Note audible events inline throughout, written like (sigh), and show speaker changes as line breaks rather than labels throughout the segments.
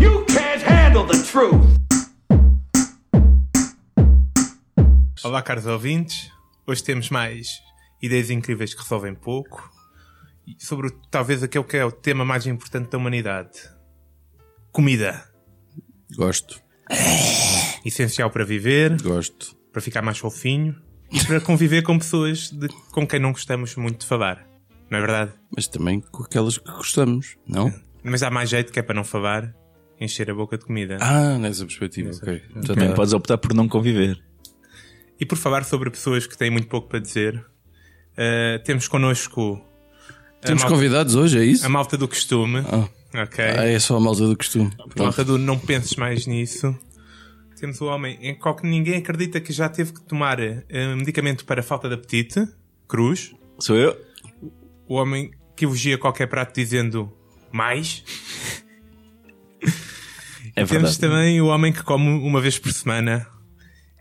You can't handle the truth.
Olá, caros ouvintes. Hoje temos mais ideias incríveis que resolvem pouco e sobre o- talvez aquele que é o tema mais importante da humanidade: comida.
Gosto,
Essencial para viver,
gosto.
para ficar mais fofinho e para conviver com pessoas de- com quem não gostamos muito de falar. Não é verdade?
Mas também com aquelas que gostamos, não?
Mas há mais jeito que é para não falar, encher a boca de comida.
Ah, nessa perspectiva, ok. Já
Também
tá.
podes optar por não conviver.
E por falar sobre pessoas que têm muito pouco para dizer, eh, temos connosco
Temos
a, malta,
convidados hoje, é isso?
a malta do costume.
Ah.
Ok.
Ah, é só a malta do costume.
A malta do não penses mais nisso. Temos o homem em qual que ninguém acredita que já teve que tomar eh, medicamento para falta de apetite, Cruz.
Sou eu?
O homem que elogia qualquer prato dizendo mais.
É
Temos
verdade.
também o homem que come uma vez por semana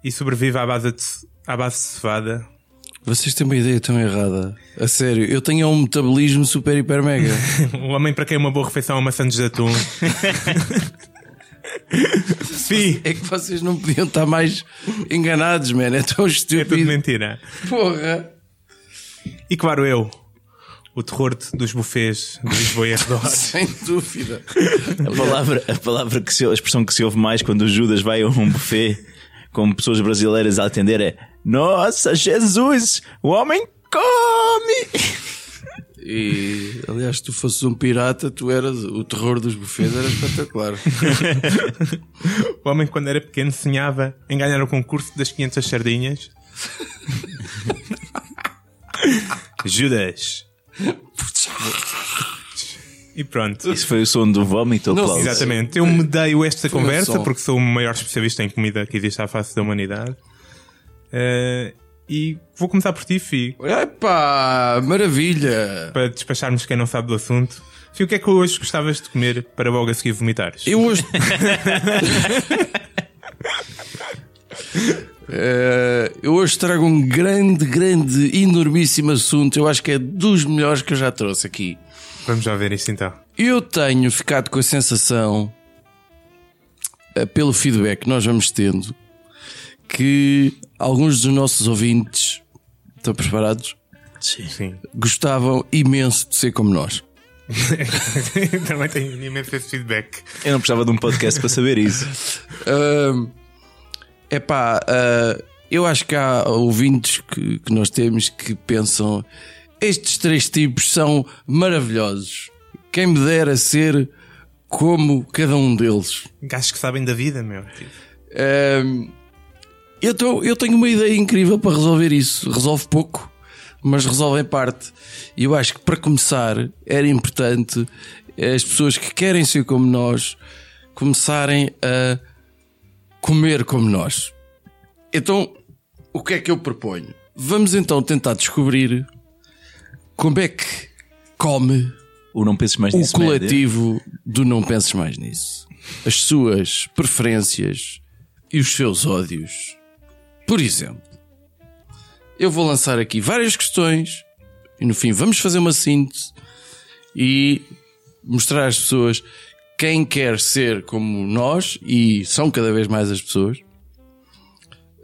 e sobrevive à base de, à base de cevada.
Vocês têm uma ideia tão errada. A sério, eu tenho um metabolismo super, hiper, (laughs) mega.
O homem para quem uma boa refeição é uma sandes de atum. Sim,
é que vocês não podiam estar mais enganados, man. É tão
é tudo
estúpido.
mentira.
Porra.
E claro, eu, o terror de- dos bufês de Lisboa e
(laughs)
arredores.
Sem dúvida.
A palavra, a palavra que se, a expressão que se ouve mais quando o Judas vai a um buffet com pessoas brasileiras a atender é Nossa, Jesus, o homem come!
E, aliás, se tu fosses um pirata, tu eras o terror dos bufês, era (laughs) espetacular.
O homem, quando era pequeno, sonhava em ganhar o concurso das 500 sardinhas. Judas. E pronto.
Isso foi o som do vómito,
Não,
aplauso.
Exatamente. Eu medeio esta
um
conversa
som.
porque sou o maior especialista em comida que existe à face da humanidade. Eh, e vou começar por ti, Fi,
Epá, maravilha.
para despacharmos quem não sabe do assunto. Fi, o que é que hoje gostavas de comer para logo a seguir vomitares?
Eu hoje. Eh, eu hoje trago um grande, grande, enormíssimo assunto. Eu acho que é dos melhores que eu já trouxe aqui.
Vamos já ver isso então.
Eu tenho ficado com a sensação, eh, pelo feedback que nós vamos tendo, que alguns dos nossos ouvintes estão preparados?
Sim.
Gostavam imenso de ser como nós.
(laughs) Também tenho imenso esse feedback.
Eu não precisava de um podcast para saber isso.
É epá, ah, eu acho que há ouvintes que, que nós temos que pensam: estes três tipos são maravilhosos. Quem me dera ser como cada um deles.
Gajos que sabem da vida, meu.
Ahm, eu, tô- eu tenho uma ideia incrível para resolver isso. Resolve pouco, mas resolve em parte. E eu acho que para começar era importante as pessoas que querem ser como nós começarem a comer como nós. Então, o que é que eu proponho? Vamos então tentar descobrir como é que come
O não penses mais
o
nisso. média.
coletivo do Não Penses Mais Nisso. As suas preferências e os seus ódios. Por exemplo, eu vou lançar aqui várias questões e no fim vamos fazer uma síntese e mostrar às pessoas quem quer ser como nós e são cada vez mais as pessoas.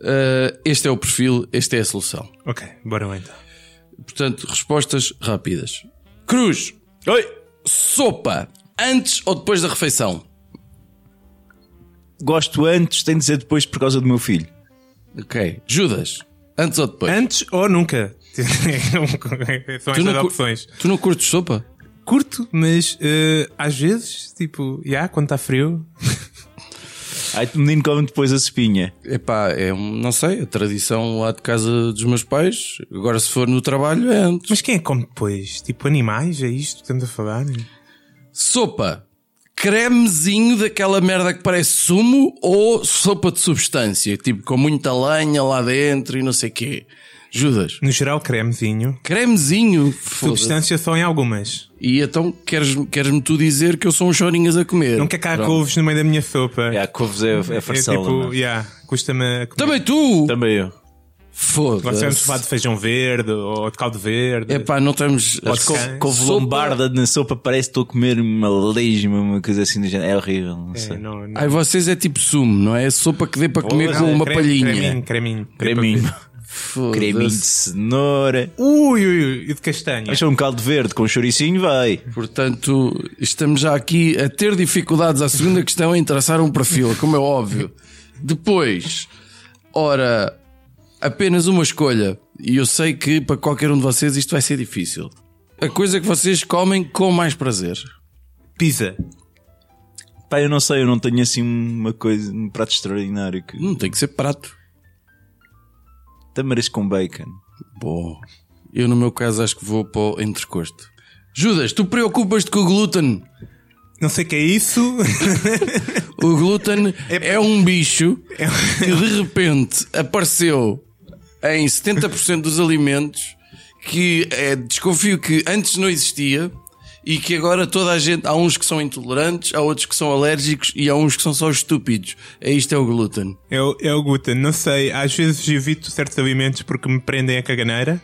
Ah, este é o perfil, esta é a solução.
Ok, bora lá então.
Portanto, respostas rápidas. Cruz.
Oi!
Sopa antes ou depois da refeição?
Gosto antes, tenho de dizer depois por causa do meu filho.
Ok. Judas, antes ou depois?
Antes ou (laughs) nunca? São estas
cu-
opções.
tu não curtes sopa?
Curto, mas eh, às vezes, tipo, já, quando está frio.
Ai, o menino come depois a espinha.
Epá, é um, não sei, a tradição lá de casa dos meus pais. Agora se for no trabalho é antes.
Mas quem é que come depois? Tipo, animais? É isto que estamos a falar?
Sopa. Cremezinho daquela merda que parece sumo ou sopa de substância, tipo com muita lenha lá dentro e não sei quê. Judas.
No geral, cremezinho.
Cremezinho. foda-se.
Substância só em algumas.
E então queres-me queres tu dizer que eu sou um chorinhas a comer?
Não quer cá
Pronto.
couves no meio da minha sopa.
É, a couves é, é farcela.
tipo,
não é?
yeah, custa-me a comer.
Também tu!
Também eu.
Agora se vamos
Foda-se.
falar de feijão verde ou de caldo verde.
É pá, não estamos.
Mas
ser.
couve, couve
Sopa-
lombarda na sopa parece que estou a comer uma lesma, uma coisa assim do género. É horrível, não
É,
sei.
não, não.
Ai, vocês é tipo sumo, não é? Sopa que dê para comer
Pois,
com
é,
uma
Creme-
palhinha.
Creminho, creminho.
Creminho.
Foda-se.
(laughs) Creminho de cenoura.
Ui, ui, ui, e de castanha.
Achou um caldo verde com chouricinho, vai.
Portanto, estamos já aqui a ter dificuldades à segunda questão em traçar um perfil, como é óbvio. Depois, ora, apenas uma escolha. E eu sei que para qualquer um de vocês isto vai ser difícil. A coisa que vocês comem com mais prazer.
Pizza.
Pá, eu não sei, eu não tenho assim uma coisa, um prato extraordinário que.
Não tem que ser prato.
Tamarisco com bacon.
Bom, eu no meu caso acho que vou para o entrecosto. Judas, tu preocupas-te com o glúten.
Não sei o que é
(laughs)
isso. (laughs)
O glúten é, um bicho
É
que de repente apareceu em 70% dos alimentos que é, desconfio que antes não existia e que agora toda a gente. Há uns que são intolerantes, há outros que são alérgicos e há uns que são só estúpidos. É isto é o glúten.
É o, é o glúten, não sei. Às vezes evito certos alimentos porque me prendem a caganeira.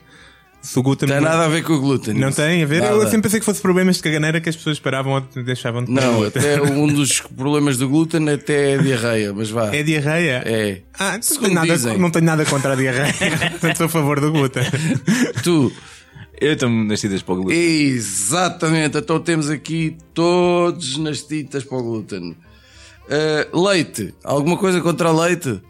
Se o glúten.
Não tem nada a ver com o glúten.
Não tem a ver? Eu
Nada.
sempre pensei que fosse problemas de caganeira que as pessoas paravam ou deixavam de comer
Não,
glúten.
até um dos problemas do glúten até é a diarreia, mas vá.
É diarreia?
É.
Ah, não
Segundo
tenho, nada,
dizem.
não tenho nada contra a
(laughs)
diarreia. Portanto, sou a favor do glúten.
Tu,
Eu também nas tidas para o glúten.
Exatamente, então temos aqui todos nas titas para o glúten. Eh, leite, alguma coisa contra leite?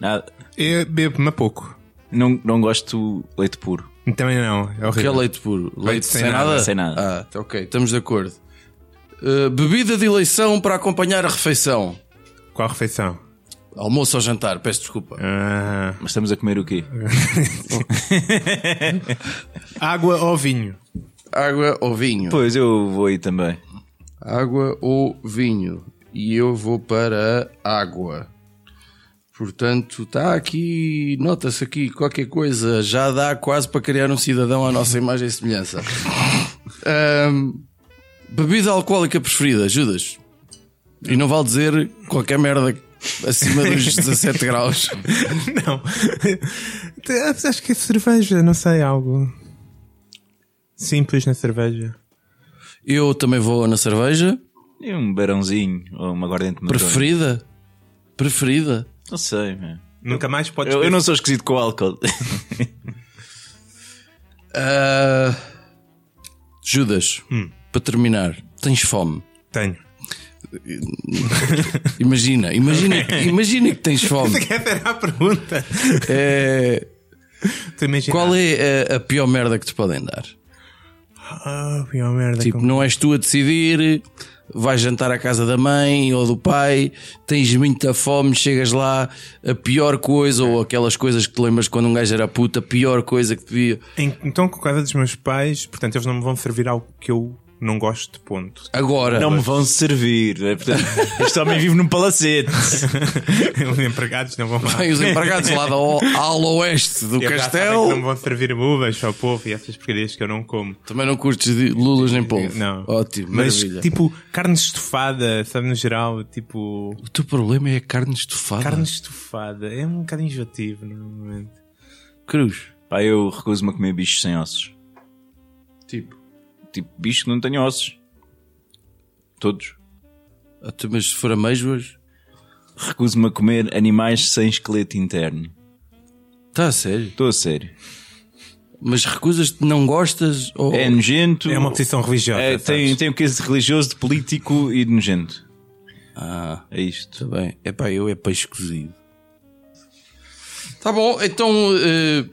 Nada.
Eu bebo-me a pouco.
Não, não gosto de leite puro.
Também não. É
Que é
horrível.
leite puro? Leite, sem, nada?
sem nada.
Ah, tá ok, estamos de acordo. Eh, bebida de eleição para acompanhar a refeição.
Qual refeição?
Almoço ou jantar, peço desculpa.
Ah,
Mas estamos a comer o quê?
água ou vinho? (laughs)
Água ou vinho?
Pois eu vou aí também.
Água ou vinho? E eu vou para a água. Portanto, está aqui, nota-se aqui, qualquer coisa já dá quase para criar um cidadão à nossa imagem e semelhança. Ahm, bebida alcoólica preferida, Judas. E não vale dizer qualquer merda acima dos 17 graus.
Não. Acho que é cerveja, não sei, algo. Simples na cerveja.
Eu também vou na cerveja.
E um barãozinho ou uma aguardente de motor.
Preferida? Preferida?
Não sei, mano.
Nunca mais podes
Eu, eu
beber-
não sou esquisito com o álcool.
Ah, Judas,
Hum.
para terminar, tens fome.
Tenho. (laughs) (laughs)
Imagina, imagina, imagina que tens fome.
Essa era a pergunta.
É,
Tu imagina.
qual é a, a pior merda que te podem dar?
Ah, pior merda.
Tipo, não és tu a decidir, vais jantar à casa da mãe ou do pai, tens muita fome, chegas lá, a pior coisa, ou aquelas coisas que te lembras quando um gajo era puta, a pior coisa que te via.
En- Então, com a casa dos meus pais, portanto, eles não me vão servir algo que eu não gosto, ponto. (laughs)
Agora,
não me vão servir. É, portanto, este homem vive num palacete.
Os empregados não vão lá.
vem os empregados lá do ao oeste do
Eles já sabem
castelo.
que Não me vão servir uvas ao povo e essas porcarias que eu não como.
Também não curtes de lulas nem polvo.
Não.
Ótimo,
Mas,
maravilha.
tipo, carne estufada, sabe, no geral, tipo.
o teu problema é a carne estufada.
Carne estufada é um bocado enjoativo, normalmente.
cruz.
Pá, eu recuso-me a comer bichos sem ossos.
Tipo.
Tipo, bicho que não tem ossos. Todos.
Até, Ah, mas se for amêijoas.
Recuso-me a comer animais sem esqueleto interno.
Está Tá, a sério.
Estou a sério.
Mas recusas-te, não gostas? Ou...
É nojento.
É uma posição religiosa.
É, tem,
sabes?
tem o que é de religioso, de político e de nojento.
Ah,
É isto.
está bem. É pá, eu é peixe cozido. Tá bom, então eh,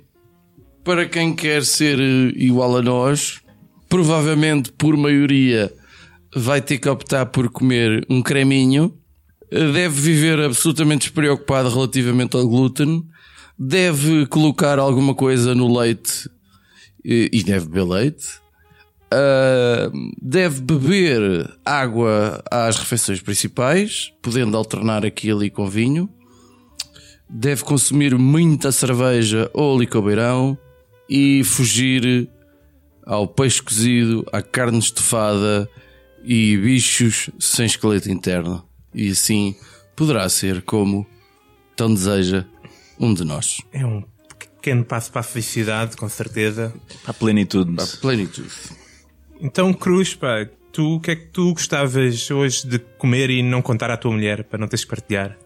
para quem quer ser eh, igual a nós, provavelmente por maioria vai ter que optar por comer um creminho, eh, deve viver absolutamente despreocupado relativamente ao glúten, deve colocar alguma coisa no leite eh, e deve beber leite. Ah, deve beber água às refeições principais, podendo alternar aqui e ali com vinho. deve consumir muita cerveja ou licor beirão e fugir ao peixe cozido, à carne estufada e bichos sem esqueleto interno. E assim poderá ser como tão deseja um de nós.
É um pequeno passo para a felicidade, com certeza.
Para a plenitude.
Plenitude.
Então, Cruz, pá, tu o que é que tu gostavas hoje de comer e não contar à tua mulher para não teres que partilhar?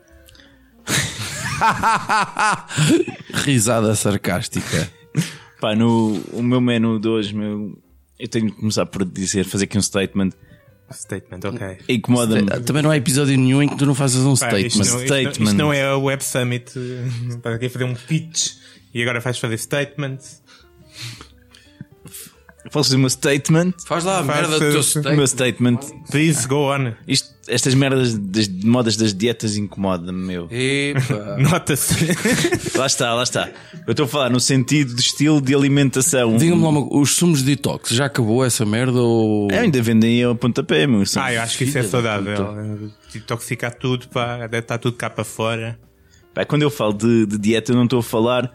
Risada sarcástica.
Pá, no o meu menu de hoje, meu, eu tenho que começar por dizer, fazer aqui um statement.
Statement, ok.
Incomoda-me.
ah, Também não há episódio nenhum em que tu não faças um
Pá,
é
isto, não,
statement.
isto não- isto
statement.
não é o Web Summit. (laughs) Estás aqui a fazer um pitch e agora vais fazer statement.
Posso fazer o meu statement?
Faz lá a
Faz
merda do teu
o-
O meu
statement.
statement.
Please go on.
Isto, estas merdas das modas das dietas incomoda-me, meu.
Epa.
(laughs) Nota-se.
Lá está, lá está. Eu estou a falar no sentido de estilo de alimentação.
Diga-me lá, uma co- os sumos de detox, já acabou essa merda ou.
É, ainda vendem ao pontapé, meu.
ah, eu acho que isso é
Filha da
saudável. Intoxicar tudo, pá, deve estar tudo cá para fora.
Pá, quando eu falo de, de dieta, eu não estou a falar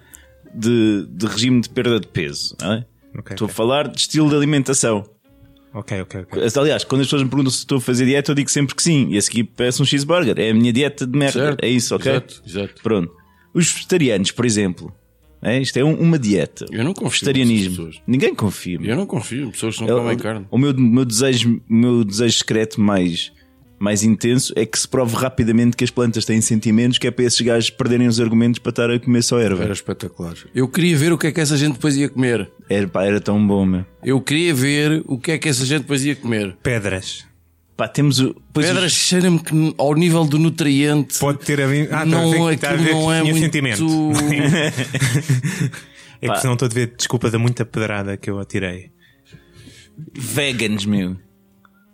de, de regime de perda de peso. não é?
Ok,
Estou
ok.
a falar de estilo de alimentação.
Ok, ok, ok.
Aliás, quando as pessoas me perguntam se estou a fazer dieta, eu digo sempre que sim. E a seguir peço um cheeseburger. É a minha dieta de merda.
Certo.
É isso, ok?
Exato, exato.
Pronto. Os vegetarianos, por exemplo. É? Isto é um- uma dieta.
Eu não confio nessas
Vegetarianismo.
pessoas.
Ninguém confia. meu.
Eu não confio em pessoas que não
Eu-
comem carne.
O meu, meu desejo, o meu desejo secreto mais, mais intenso é que se prove rapidamente que as plantas têm sentimentos, que é para esses gajos perderem os argumentos para estar a comer só
Era
erva.
espetacular. Eu queria ver o que é que essa gente depois ia comer.
Era, pá, era tão bom, meu.
Eu queria ver o que é que essa gente depois ia comer.
Pedras.
Pá, temos o. pois os-
Pedras cheira-me que n- ao nível do nutriente.
Pode ter a mim. Ah,
não,
não, a ver,
aquilo não é
tinha
muito.
sentimento.
(laughs)
É
Pá.
que senão estou a ver desculpas a muita pedrada que eu atirei.
Vegans, meu.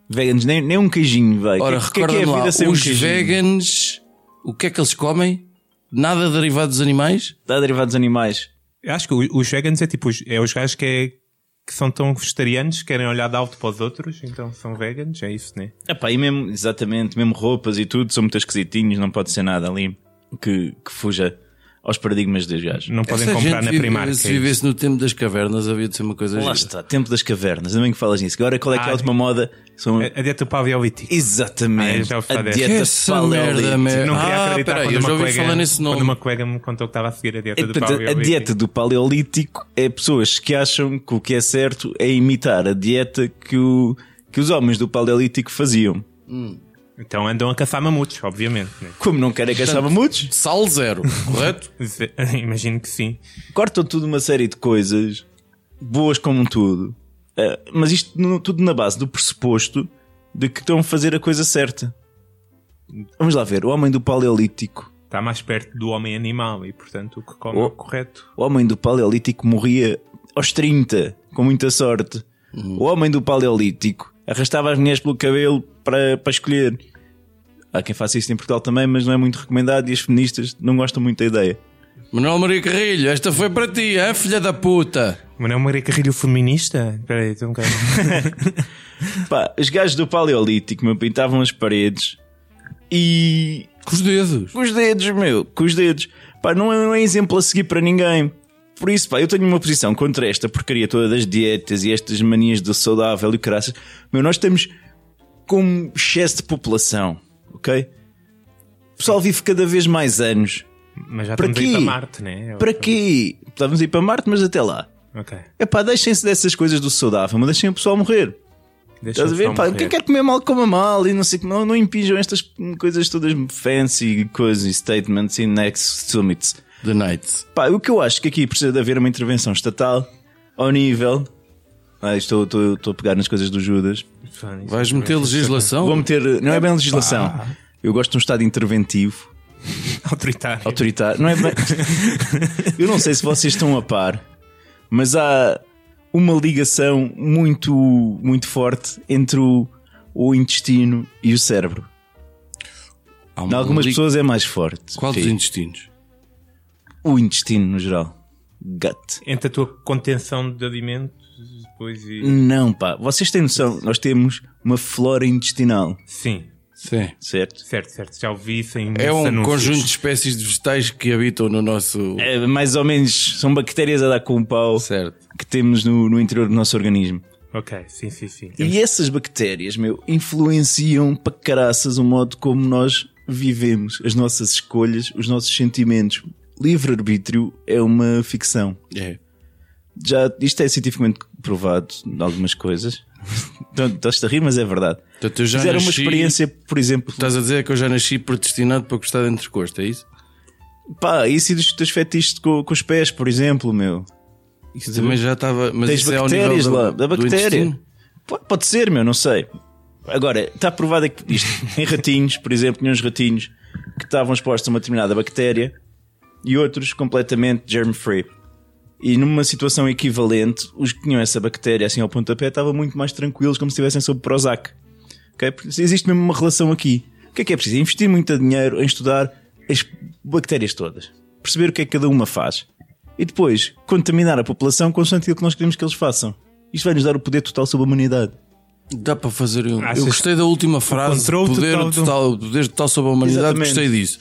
Vegans, nem, nem um queijinho, vai.
Ora,
que, que é que é a
recorda-me
vida
lá,
sem um
os
queijinho?
vegans, o que é que eles comem? Nada derivado dos animais?
Está derivado dos animais.
Eu acho que o- os veganos é tipo, os- é os gajos que, é, que são tão vegetarianos, que querem olhar de alto para os outros, então são veganos, é isso, né?
Epá, e mesmo, exatamente, mesmo roupas e tudo, são muito esquisitinhos, não pode ser nada ali que, que fuja aos paradigmas dos gajos.
Não podem
Essa
comprar
gente
na
vive-
Primark.
Se
é isso.
vivesse no tempo das cavernas, havia de ser uma coisa
Lá
gira.
está, tempo das cavernas, também que falas nisso. Agora qual é que é a
Ah,
última moda? São...
É-
A a dieta é paleolítica. Ah, eu
Exatamente.
já ouvi
a
falar dessa.
dieta
Que essa merda,
paleolítica.
man.
Tipo, Não queria
Ah,
acreditar
peraí,
quando
eu já
uma
ouvi
colega,
falar nesse nome.
Quando uma colega me contou que estava a seguir a dieta
É,
do
portanto, a
paleolítico.
dieta do paleolítico é pessoas que acham que o que é certo é imitar a dieta que, o, que os homens do paleolítico faziam.
Então andam a caçar mamutos, obviamente. Né?
Como não querem que achava muitos,
Sal
(laughs)
zero, correto?
Ze- (laughs) Imagino que sim.
cortam tudo uma série de coisas boas como um tudo. Ah, mas isto no- tudo na base do pressuposto de que estão a fazer a coisa certa. Vamos lá ver, o homem do paleolítico
Está mais perto do homem animal e, portanto, o que come é
Oh.
o correto.
O homem do Paleolítico morria aos 30, com muita sorte. O homem do Paleolítico arrastava as mulheres pelo cabelo para, para escolher. Há quem faça isso em Portugal também, mas não é muito recomendado e as feministas não gostam muito da ideia.
Manuel Maria Carrilho, esta foi para ti, é filha da puta.
Mas não é Maria Carrilho feminista? Espera aí, estou um bocado.
Pá, os gajos do Paleolítico me pintavam as paredes e
Com os dedos.
com os dedos, meu, com os dedos. Pá, não é, não é exemplo a seguir para ninguém. Por isso, pá, eu tenho uma posição contra esta porcaria toda das dietas e estas manias do saudável e o caraças. Meu, nós estamos com um excesso de população, ok? O pessoal vive cada vez mais anos.
Mas já
Para
estamos aí
quê?
para Marte, né?
Para quê? Estávamos a ir para Marte, mas até lá.
Ok.
É pá, deixem-se dessas coisas do saudável, mas deixem o pessoal morrer.
Deixa um
Estás a ver? Pá, é
é
quem quer comer mal, coma mal e não sei que não, não impinjam estas coisas todas fancy, coisas, e statements e next summits.
The Night.
Pá, o que eu acho que aqui precisa de haver uma intervenção estatal ao nível. Ah, estou, estou, estou a pegar nas coisas do Judas.
é? Vais meter legislação?
Vou meter. Não é bem legislação. Eu gosto de um Estado interventivo,
(laughs) Autoritário.
autoritário. Não
(laughs)
é bem. eu não sei se vocês estão a par, mas há uma ligação muito, muito forte entre o, o intestino e o cérebro.
Há
Em
uma
algumas
liga-
pessoas é mais forte.
Qual dos
Sim.
intestinos?
O intestino, no geral. Gut.
Entre a tua contenção de alimentos,
Hum.
depois e.
Não, pá. Vocês têm noção, nós temos uma flora intestinal.
Sim.
Sim.
certo?
Certo, certo. Já ouvi isso em muitos
É um
anúncios.
conjunto de espécies de vegetais que habitam no nosso.
É, mais ou menos, são bactérias a dar com o pau
Certo.
que temos no, no interior do nosso organismo.
Ok, sim, sim, sim.
E essas bactérias, meu, influenciam para caraças o modo como nós vivemos, as nossas escolhas, os nossos sentimentos. Livre-arbítrio é uma ficção.
É.
Já, isto é cientificamente provado em algumas coisas. (laughs) Então, Estás-te a rir, mas é verdade.
Portanto, eu já
Fizeram uma
nasci-
experiência, por exemplo,
Estás a dizer que eu já nasci predestinado para gostar de entrecosto, é isso?
pá, isso e dos teus fetiches com, com os pés, por exemplo, meu.
Isso também já estava. Mas
Tens
isso é ao
bactérias
nível do-
lá, da
do
bactéria.
intestino?
Pode, pode ser, meu, não sei. Agora, está provado é que
(laughs)
isto, em ratinhos, por exemplo, tinha uns ratinhos que estavam expostos a uma determinada bactéria e outros completamente germ-free. E numa situação equivalente, os que tinham essa bactéria assim ao pontapé estavam muito mais tranquilos, como se estivessem sob Prozac. Ok? Porque existe mesmo uma relação aqui. O que é que é preciso? Investir muito dinheiro em estudar as bactérias todas. Perceber o que é que cada uma faz. E depois, contaminar a população consoante aquilo que nós queremos que eles façam. Isto vai-nos dar o poder total sobre a humanidade.
Dá para fazer. um-
Achas
eu gostei da última frase.
controle
poder
total um-
total,
do-
poder total sobre a humanidade,
Exatamente.
gostei disso.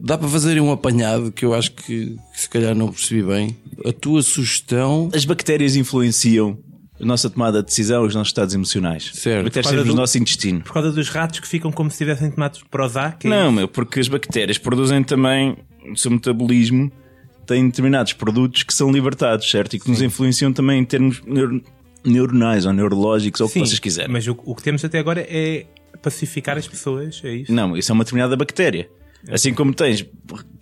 Dá para fazer um apanhado que eu acho que, que se calhar não percebi bem. A tua sugestão.
As bactérias influenciam a nossa tomada de decisão, os nossos estados emocionais.
Certo.
Até
Para
sermos
do-
o nosso intestino.
Por causa dos ratos que ficam como se tivessem tomates de Prozac? é
Não, meu, porque as bactérias produzem também o seu metabolismo, tem determinados produtos que são libertados, certo? E que nos influenciam também em termos neuro- neuronais ou neurológicos, ou o que
Sim,
vocês quiserem.
Mas o, o que temos até agora é pacificar as pessoas, é isso?
Não, isso é uma determinada bactéria. Assim como tens,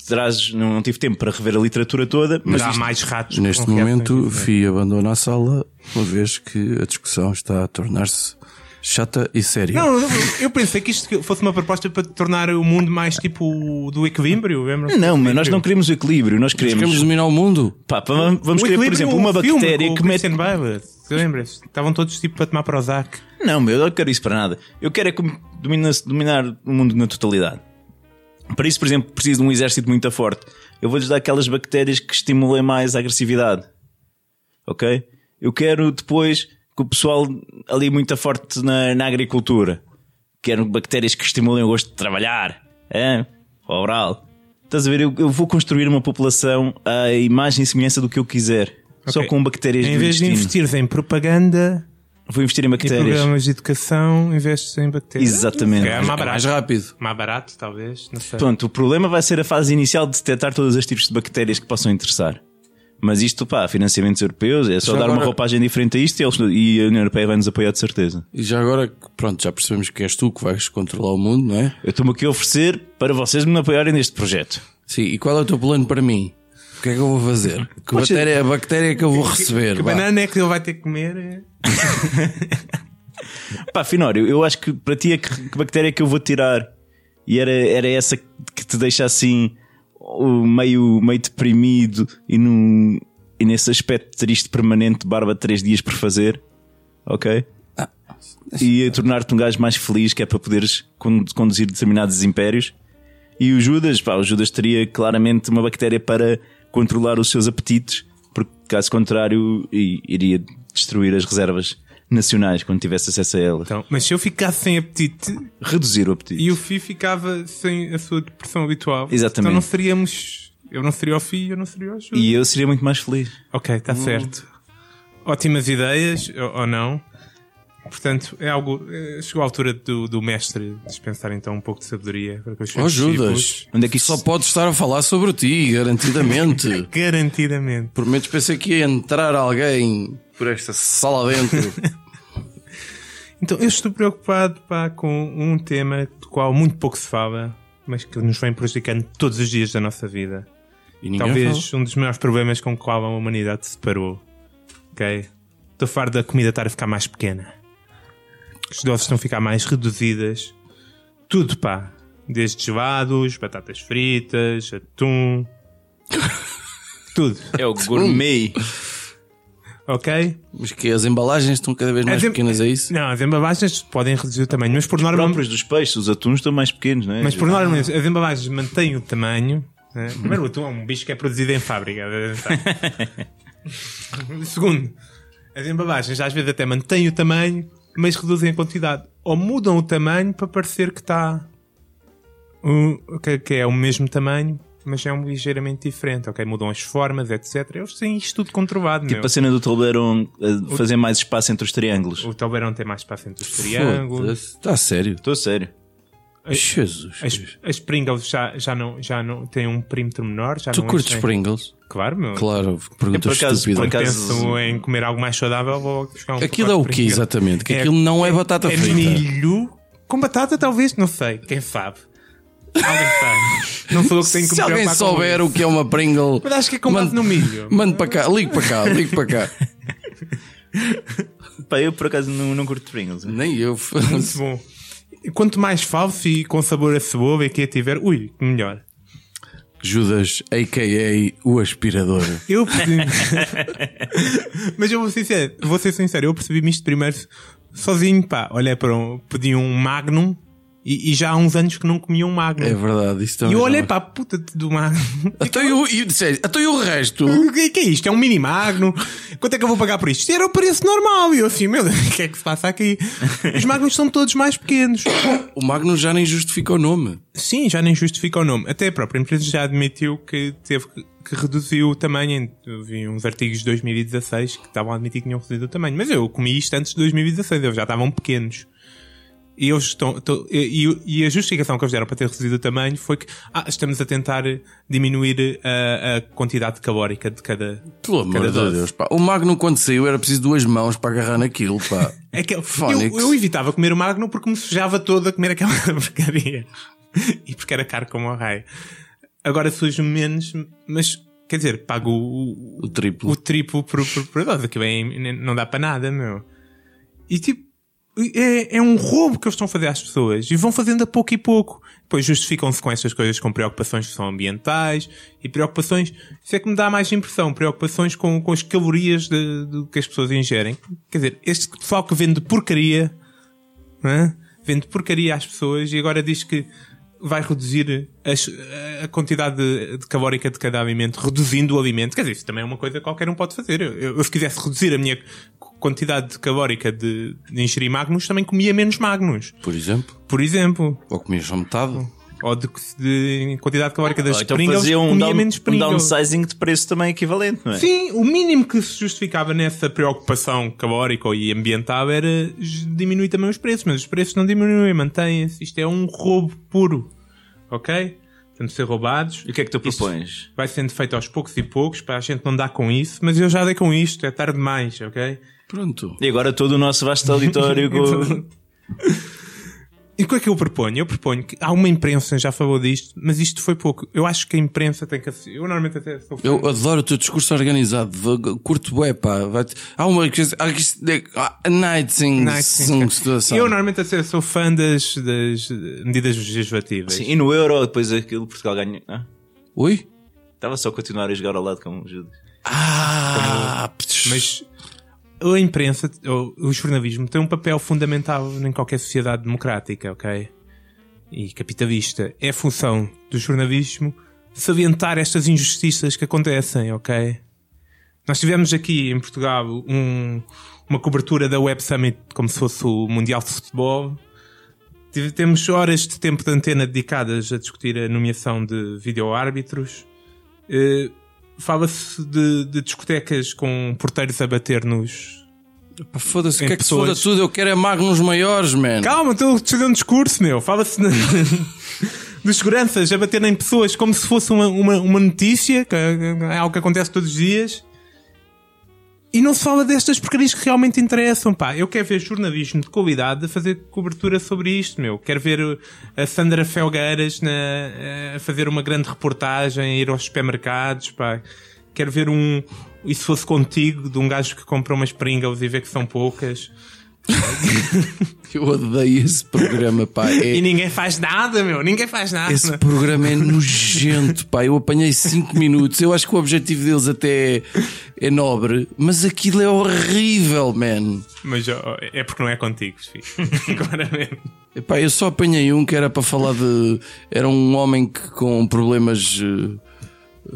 trazes, não, não tive tempo para rever a literatura toda, mas
Mas há
isto-
mais ratos. que
Neste
com reações
momento,
diferentes.
Fi abandona a sala, uma vez que a discussão está a tornar-se chata e séria.
Não, eu, eu pensei que isto fosse uma proposta para tornar o mundo mais tipo do equilíbrio. Lembra?
não, mas nós não queremos o equilíbrio, nós queremos.
Queremos dominar o mundo?
Pá, pá, vamos vamos querer, por exemplo, uma bactéria que mete.
Lembras? Estavam todos tipo para tomar Prozac.
Não, meu, eu não quero isso para nada. Eu quero é como domina- dominar o mundo na totalidade. Para isso, por exemplo, preciso de um exército muito forte. Eu vou-lhes dar aquelas bactérias que estimulem mais a agressividade. Ok? Eu quero depois que o pessoal ali muito forte na, na agricultura. Quero bactérias que estimulem o gosto de trabalhar. É? Oral. Estás a ver? Eu, eu vou construir uma população à imagem e semelhança do que eu quiser. Só
Ok.
com bactérias
Em
do Tipo
vez de
intestino.
investires em propaganda
Vou investir em
e
bactérias.
programas de educação, investes em bactérias.
Exatamente.
É mais
É mais
barato.
rápido.
Mais barato, talvez. Não sei.
Pronto, o problema vai ser a fase inicial de detectar todos os tipos de bactérias que possam interessar. Mas isto, pá, financiamentos europeus, é só
Já
dar uma
agora-
roupagem diferente a isto e, eles- e a União Europeia vai nos apoiar de certeza.
E já agora, pronto, já percebemos que és tu que vais controlar o mundo, não é?
Eu estou-me aqui a oferecer para vocês me apoiarem neste projeto.
Sim, e qual é o teu plano para mim? O que é que eu vou fazer? Que bactéria, é a bactéria que eu vou receber?
Que
vá.
banana é que ele vai ter que comer? é.
Pá, Finório, eu acho que para ti é que, que bactéria que eu vou tirar e era, era essa que te deixa assim o meio, meio deprimido e, num, e nesse aspecto triste permanente, barba de três dias por fazer, ok? e a tornar-te um gajo mais feliz, que é para poderes con- conduzir determinados impérios. E o Judas, pá, o Judas teria claramente uma bactéria para controlar os seus apetites, porque caso contrário i- iria destruir as reservas nacionais quando tivesse acesso a elas.
Então, mas se eu ficasse sem apetite
Reduzir o apetite.
e o Fi ficava sem a sua depressão habitual,
Exatamente.
então não seríamos. Eu não seria o Fi eu não seria o Júlio.
E eu seria muito mais feliz.
Ok, está certo. Ótimas ideias, ou, ou não. Portanto, é algo. eh, Chegou a altura do, do mestre dispensar então um pouco de sabedoria para que os seus
Oh, Judas,
discípulos-
Onde é que isto-
só podes estar a falar sobre
(laughs)
ti, garantidamente.
Garantidamente.
Por menos pensei que ia entrar alguém por esta sala dentro.
Então, eu estou preocupado pá, com um tema do qual muito pouco se fala, mas que nos vem prejudicando todos os dias da nossa vida.
E ninguém
Talvez
fala.
um dos maiores problemas com o qual a humanidade se separou. Ok? Estou farto da comida estar a ficar mais pequena. Os doces estão a ficar mais reduzidas. Tudo, pá. Desde gelados, batatas fritas, atum. Tudo.
É o gourmet.
Ok?
Mas que as embalagens estão cada vez mais
As em-
pequenas, é isso?
Não, as embalagens podem reduzir o tamanho, mas por norma.
Próprios dos peixes, os atuns estão mais pequenos, não é?
Mas por norma, as embalagens mantêm o tamanho.
(laughs)
né? Primeiro, o atum é um bicho que é produzido em fábrica. tá? Segundo, as embalagens às vezes até mantêm o tamanho, mas reduzem a quantidade. Ou mudam o tamanho para parecer que está. o- que, que é o mesmo tamanho, mas é um ligeiramente diferente, ok? Mudam as formas, etc. Eles têm isto tudo controlado,
Tipo
meu.
a cena do tabuleiro a fazer mais espaço entre os triângulos.
assim,
O Talbeirão tem mais espaço entre os triângulos.
Está Tá sério.
Estou a sério.
Jesus.
As, as Pringles já, já, não, já não têm um perímetro menor. Já
Tu
não
curtes
as têm.
Pringles?
Claro, meu.
Claro, pergunta
É, por acaso,
estúpida.
por
Quando
acaso-
penso em comer algo mais saudável, vou buscar um
Aquilo
pacote
é o
de
que
Pringles.
exatamente? Que
É-
aquilo não é batata
É
frita.
milho com batata, talvez, não sei. Quem sabe? Alguém sabe. Não sou eu que tenho que me
Se alguém
preocupar com
souber
isso.
o que é uma Pringle.
Mas acho que é com base
mande-
no milho.
Mande para cá, ligue para cá, ligue para cá.
Pá, eu por acaso não, não curto Pringles.
Nem eu.
Muito é bom. E Quanto mais falso e com sabor a cebola e que tiver, ui, melhor.
Judas, a.k.a. o aspirador.
Eu percebi. (laughs) Mas eu vou ser, sincero, vou ser sincero, eu percebi-me isto primeiro sozinho, pá. Olhei para um, pedi um Magnum e, e já há uns anos que não comia um Magnum.
É verdade, isso
e
também.
eu
não Então,
olhei
é.
para a puta do Magnum.
Até eu, eu, sério, até eu o resto.
O que, que é isto? É um mini magno? Quanto é que eu vou pagar por isto? Isto era o preço normal. E eu assim, meu Deus, (laughs) o que é que se passa aqui? Os magnos são todos mais pequenos.
O Magno já nem justifica o nome.
Sim, já nem justifica o nome. Até a própria empresa já admitiu que teve que, que reduziu o tamanho. Eu vi uns artigos de 2016 que estavam a admitir que tinham reduzido o tamanho. Mas eu comi isto antes de 2016, eles já estavam pequenos. E, eles estão, estão- e, e- e a justificação que eles deram para ter reduzido o tamanho foi que ah, estamos a tentar diminuir a, a quantidade calórica de cada.
Pelo
cada
amor de
dose.
Deus, pá. O Magno, quando saiu, era preciso duas mãos para agarrar naquilo, pá.
É que eu,
Fónix.
eu- eu evitava comer o magno porque me sujava todo a comer aquela (laughs) porcaria. E porque era caro como o raio. Agora sujo menos, mas quer dizer, pago o,
O triplo.
o triplo por, por, por dose, que bem é não dá para nada, meu. E tipo, é, é um roubo que eles estão a fazer às pessoas e vão fazendo a pouco e pouco. Depois justificam-se com estas coisas, com preocupações que são ambientais e preocupações. Isso é que me dá mais impressão. Preocupações com, com as calorias de- do que as pessoas ingerem. Quer dizer, este pessoal que vende porcaria, não é? vende porcaria às pessoas e agora diz que vai reduzir as- a quantidade de, de calórica de cada alimento, reduzindo o alimento. Quer dizer, isso também é uma coisa que qualquer um pode fazer. Eu, eu- se quisesse reduzir a minha c- quantidade de calórica de, de ingerir magnos, também comia menos magnos,
Por exemplo,
por exemplo.
ou comias só metade.
Ou de, de quantidade calórica das
Ou então
Pringles,
fazia um,
comia
down-
menos
um
Pringles.
downsizing de preço também equivalente, não é?
Sim, o mínimo que se justificava nessa preocupação calórica e ambiental era j- diminuir também os preços, mas os preços não diminuem, mantêm-se. Isto é um roubo puro, ok? Portanto, ser roubados.
E o que é que tu
Isto
propões?
Vai sendo feito aos poucos e poucos, para a gente não dar com isso, mas eu já dei com isto, é tarde demais, ok?
Pronto.
E agora todo o nosso vasto
(laughs)
auditório
Então,
com...
E o que é que eu proponho? Eu proponho que há uma imprensa, já falou disto, mas isto foi pouco. Eu acho que a imprensa tem que. assi- Eu normalmente até sou fã
Eu adoro o teu discurso organizado. Vou- Curto bué, pá. Vai há uma coisa. Há isto de- há- a Night Sing sing situação.
Eu normalmente até sou fã das, das medidas legislativas.
Sim, e no Euro depois aquilo Portugal ganha... Ah,
Oi?
estava só a continuar a jogar ao lado com o Judas.
Ah,
Mas a imprensa, ou o jornalismo, tem um papel fundamental em qualquer sociedade democrática, ok? E capitalista. É a função do jornalismo salientar estas injustiças que acontecem, ok? Nós tivemos aqui em Portugal um- uma cobertura da Web Summit como se fosse o Mundial de Futebol. Tive- Temos horas de tempo de antena dedicadas a discutir a nomeação de videoárbitros. Eh, Fala-se de, de discotecas com porteiros a bater nos.
Pá, Foda-se, o que é que se foda
pessoas-
tudo? Eu quero é magnos maiores, man.
Calma, estou a fazer um discurso, meu. Fala-se de, de seguranças a baterem em pessoas como se fosse uma, uma, uma notícia, que é algo que acontece todos os dias. E não se fala destas porcarias que realmente interessam, pá. Eu quero ver jornalismo de qualidade a fazer cobertura sobre isto, meu. Quero ver uh, a Sandra Felgueiras na- eh, a fazer uma grande reportagem, ir aos supermercados, pá. Quero ver um. E se fosse contigo, de um gajo que compra umas Pringles e vê que são poucas.
Eu odeio esse programa, (laughs) pá.
E
É,
ninguém faz nada, meu. Ninguém faz nada.
esse programa é nojento, pá. Eu apanhei 5 minutos. Eu acho que o objetivo deles até é, é nobre, mas aquilo é horrível, man.
Mas ó, é porque não é contigo, (laughs) filho. Claramente.
Epá, eu só apanhei um que era para falar de. Era um homem que com problemas eh,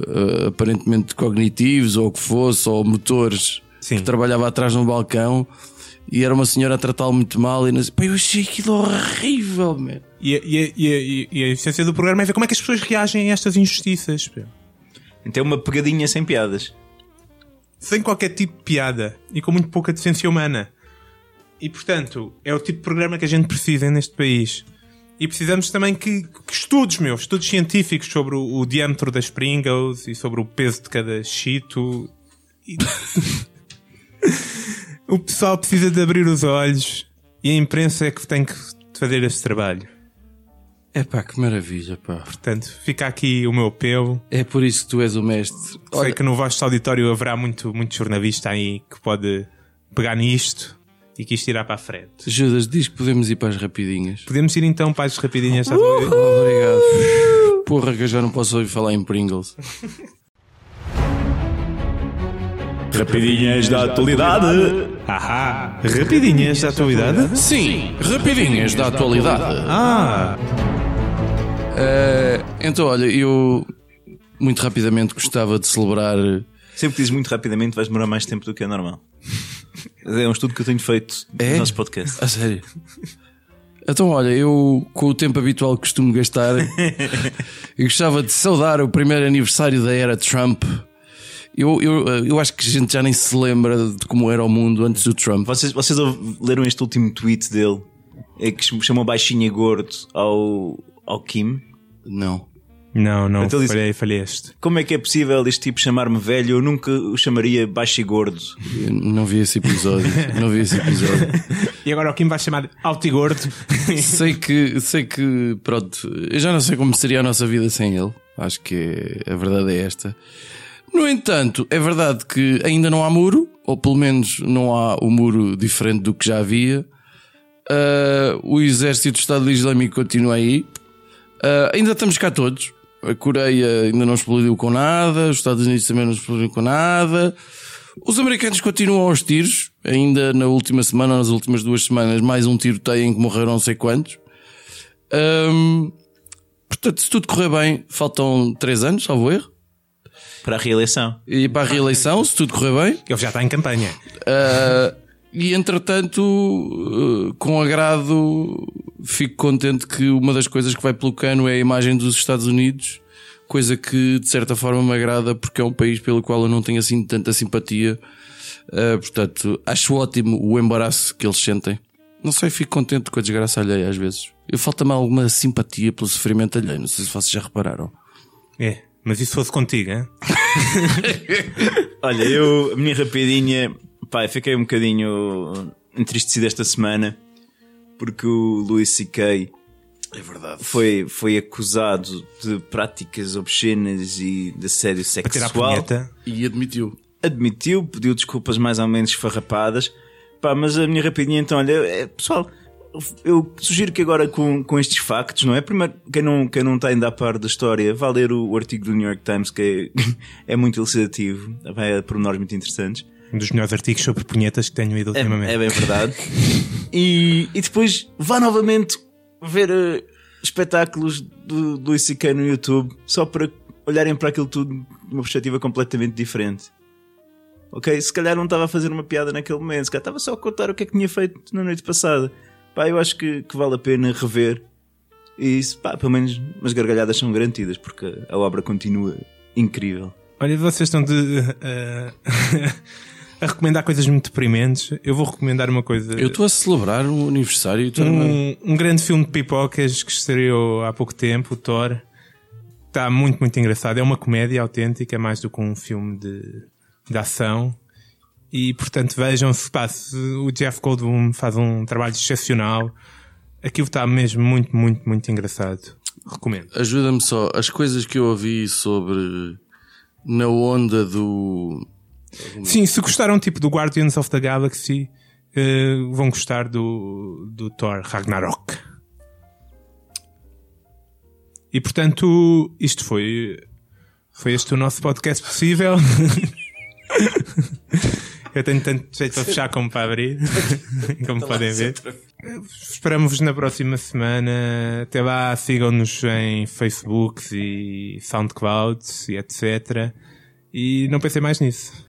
eh, aparentemente cognitivos ou o que fosse, ou motores,
Sim.
que trabalhava atrás num um balcão e era uma senhora a tratá-lo muito mal. E não sei- pá, eu achei aquilo horrível, man.
E, a- e, a- e, a- e, a- e a essência do programa é ver como é que as pessoas reagem a estas injustiças, pá.
Então é uma pegadinha sem piadas.
sem qualquer tipo de piada e com muito pouca decência humana. E portanto, é o tipo de programa que a gente precisa neste país. E precisamos também que, que estudos, meus, estudos científicos sobre o, o diâmetro das Pringles e sobre o peso de cada chito. E- (laughs) o pessoal precisa de abrir os olhos e a imprensa é que tem que fazer esse trabalho.
É pá, que maravilha, pá.
Portanto, fica aqui o meu apelo.
É por isso que tu és o mestre.
Sei
Olha,
que no vasto auditório haverá muito, muito jornalista aí que pode pegar nisto e que isto irá para a frente.
Judas, diz que podemos ir para as rapidinhas.
Podemos ir então para as rapidinhas. estás a ver?
Obrigado. Porra, que eu já não posso ouvir falar em Pringles.
Rapidinhas da atualidade.
Ahá. Ah, Rapidinhas da atualidade?
Sim, rapidinhas da atualidade.
Ah,
Eh, então, olha, eu muito rapidamente gostava de celebrar.
Sempre que dizes muito rapidamente, vais demorar mais tempo do que é normal. É um estudo que eu tenho feito no
É?
nosso podcast.
A sério. Então, olha, eu com o tempo habitual que costumo (laughs) gastar, eu gostava de saudar o primeiro aniversário da era Trump. Eu, eu, eh, eu acho que a gente já nem se lembra de como era o mundo antes do Trump.
Vocês, vocês ouv- leram este último tweet dele? É que ch- chamou baixinho e gordo ao, ao Kim.
Não.
não, não.
Então disse-
falhei, falhei este.
Como é que é possível este tipo chamar-me velho? Eu nunca o chamaria baixo e gordo.
Eu Não vi esse episódio. Não vi esse episódio.
E agora o Kim vai chamar de alto e gordo.
Sei que, sei que, pronto, eu já não sei como seria a nossa vida sem ele. Acho que a verdade é esta. No entanto, é verdade que ainda não há muro, ou pelo menos não há o muro diferente do que já havia. Ah, o exército do Estado Islâmico continua aí. Ah, ainda estamos cá todos. A Coreia ainda não explodiu com nada, os Estados Unidos também não explodiu com nada. Os americanos continuam aos tiros, ainda na última semana, ou nas últimas duas semanas, mais um tiroteio em que morreram não sei quantos. Ahm, portanto, se tudo correr bem, faltam três anos, salvo erro.
Para a reeleição.
E para a reeleição, se tudo correr bem.
Ele já está em campanha.
Ah, e entretanto, eh, com agrado, fico contente que uma das coisas que vai pelo cano é a imagem dos Estados Unidos, coisa que de certa forma me agrada porque é um país pelo qual eu não tenho assim tanta simpatia. Ah, portanto, acho ótimo o embaraço que eles sentem. Não sei, fico contente com a desgraça alheia às vezes. Eu Falta-me alguma simpatia pelo sofrimento alheio, não sei se vocês já repararam.
É, mas isso fosse contigo, hein?
Olha, eu, a minha rapidinha, pá, eu fiquei um bocadinho entristecido esta semana porque o Louis C.K. É verdade. Foi, foi acusado de práticas obscenas e de assédio
Para tirar a
sexual.
punheta.
E admitiu.
Admitiu, pediu desculpas mais ou menos farrapadas. Pá, mas a minha rapidinha, então, olha, é, pessoal, eu sugiro que agora com, com estes factos, não é? Primeiro, quem não, quem não está ainda a par da história, vá ler o, o artigo do New York Times, que é, (laughs) é muito elucidativo, vai a pormenores muito interessantes.
Um dos melhores artigos sobre punhetas que tenho ido
É,
ultimamente.
é bem verdade. (laughs) e, e depois vá novamente ver eh, espetáculos do do Luís C.K. no YouTube, só para olharem para aquilo tudo de uma perspectiva completamente diferente. Ok? Se calhar não estava a fazer uma piada naquele momento, se calhar estava só a contar o que é que tinha feito na noite passada. Pá, eu acho que, que vale a pena rever. E isso, pá, pelo menos umas gargalhadas são garantidas, porque a obra continua incrível.
Olha, vocês estão de, eh, (laughs) a recomendar coisas muito deprimentes. Eu vou recomendar uma coisa.
Eu estou a celebrar o aniversário e estou a-
um, um grande filme de pipocas que estreou há pouco tempo, o Thor. Está muito, muito engraçado. É uma comédia autêntica, mais do que um filme de, de ação. E, portanto, vejam-se. pá, se O Jeff Goldblum faz um trabalho excepcional. Aquilo está mesmo muito, muito, muito engraçado. Recomendo.
Ajuda-me só, as coisas que eu ouvi sobre na onda do.
Sim, se gostaram tipo do Guardians of the Galaxy, eh, vão gostar do, do Thor Ragnarok. E portanto, isto foi, foi este o nosso podcast possível. (laughs) Eu tenho tanto jeito para fechar como para abrir, (laughs) como podem ver. Esperamos-vos na próxima semana. Até lá, sigam-nos em Facebook e SoundCloud e etc. E não pensei mais nisso.